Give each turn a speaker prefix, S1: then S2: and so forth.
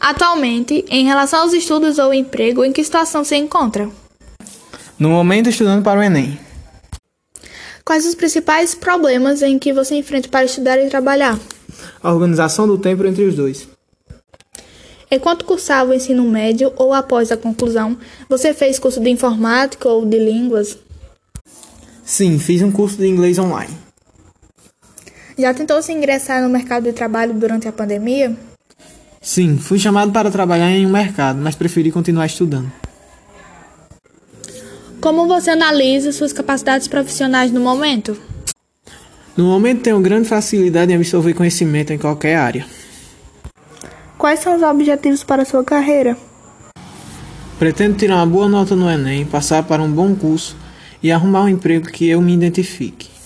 S1: Atualmente, em relação aos estudos ou emprego, em que situação se encontra?
S2: No momento, estudando para o Enem.
S1: Quais os principais problemas em que você enfrenta para estudar e trabalhar?
S2: A organização do tempo entre os dois.
S1: Enquanto cursava o ensino médio ou após a conclusão, você fez curso de informática ou de línguas?
S2: Sim, fiz um curso de inglês online.
S1: Já tentou se ingressar no mercado de trabalho durante a pandemia?
S2: Sim, fui chamado para trabalhar em um mercado, mas preferi continuar estudando.
S1: Como você analisa suas capacidades profissionais no momento?
S2: No momento, tenho grande facilidade em absorver conhecimento em qualquer área.
S1: Quais são os objetivos para sua carreira?
S2: Pretendo tirar uma boa nota no Enem, passar para um bom curso e arrumar um emprego que eu me identifique.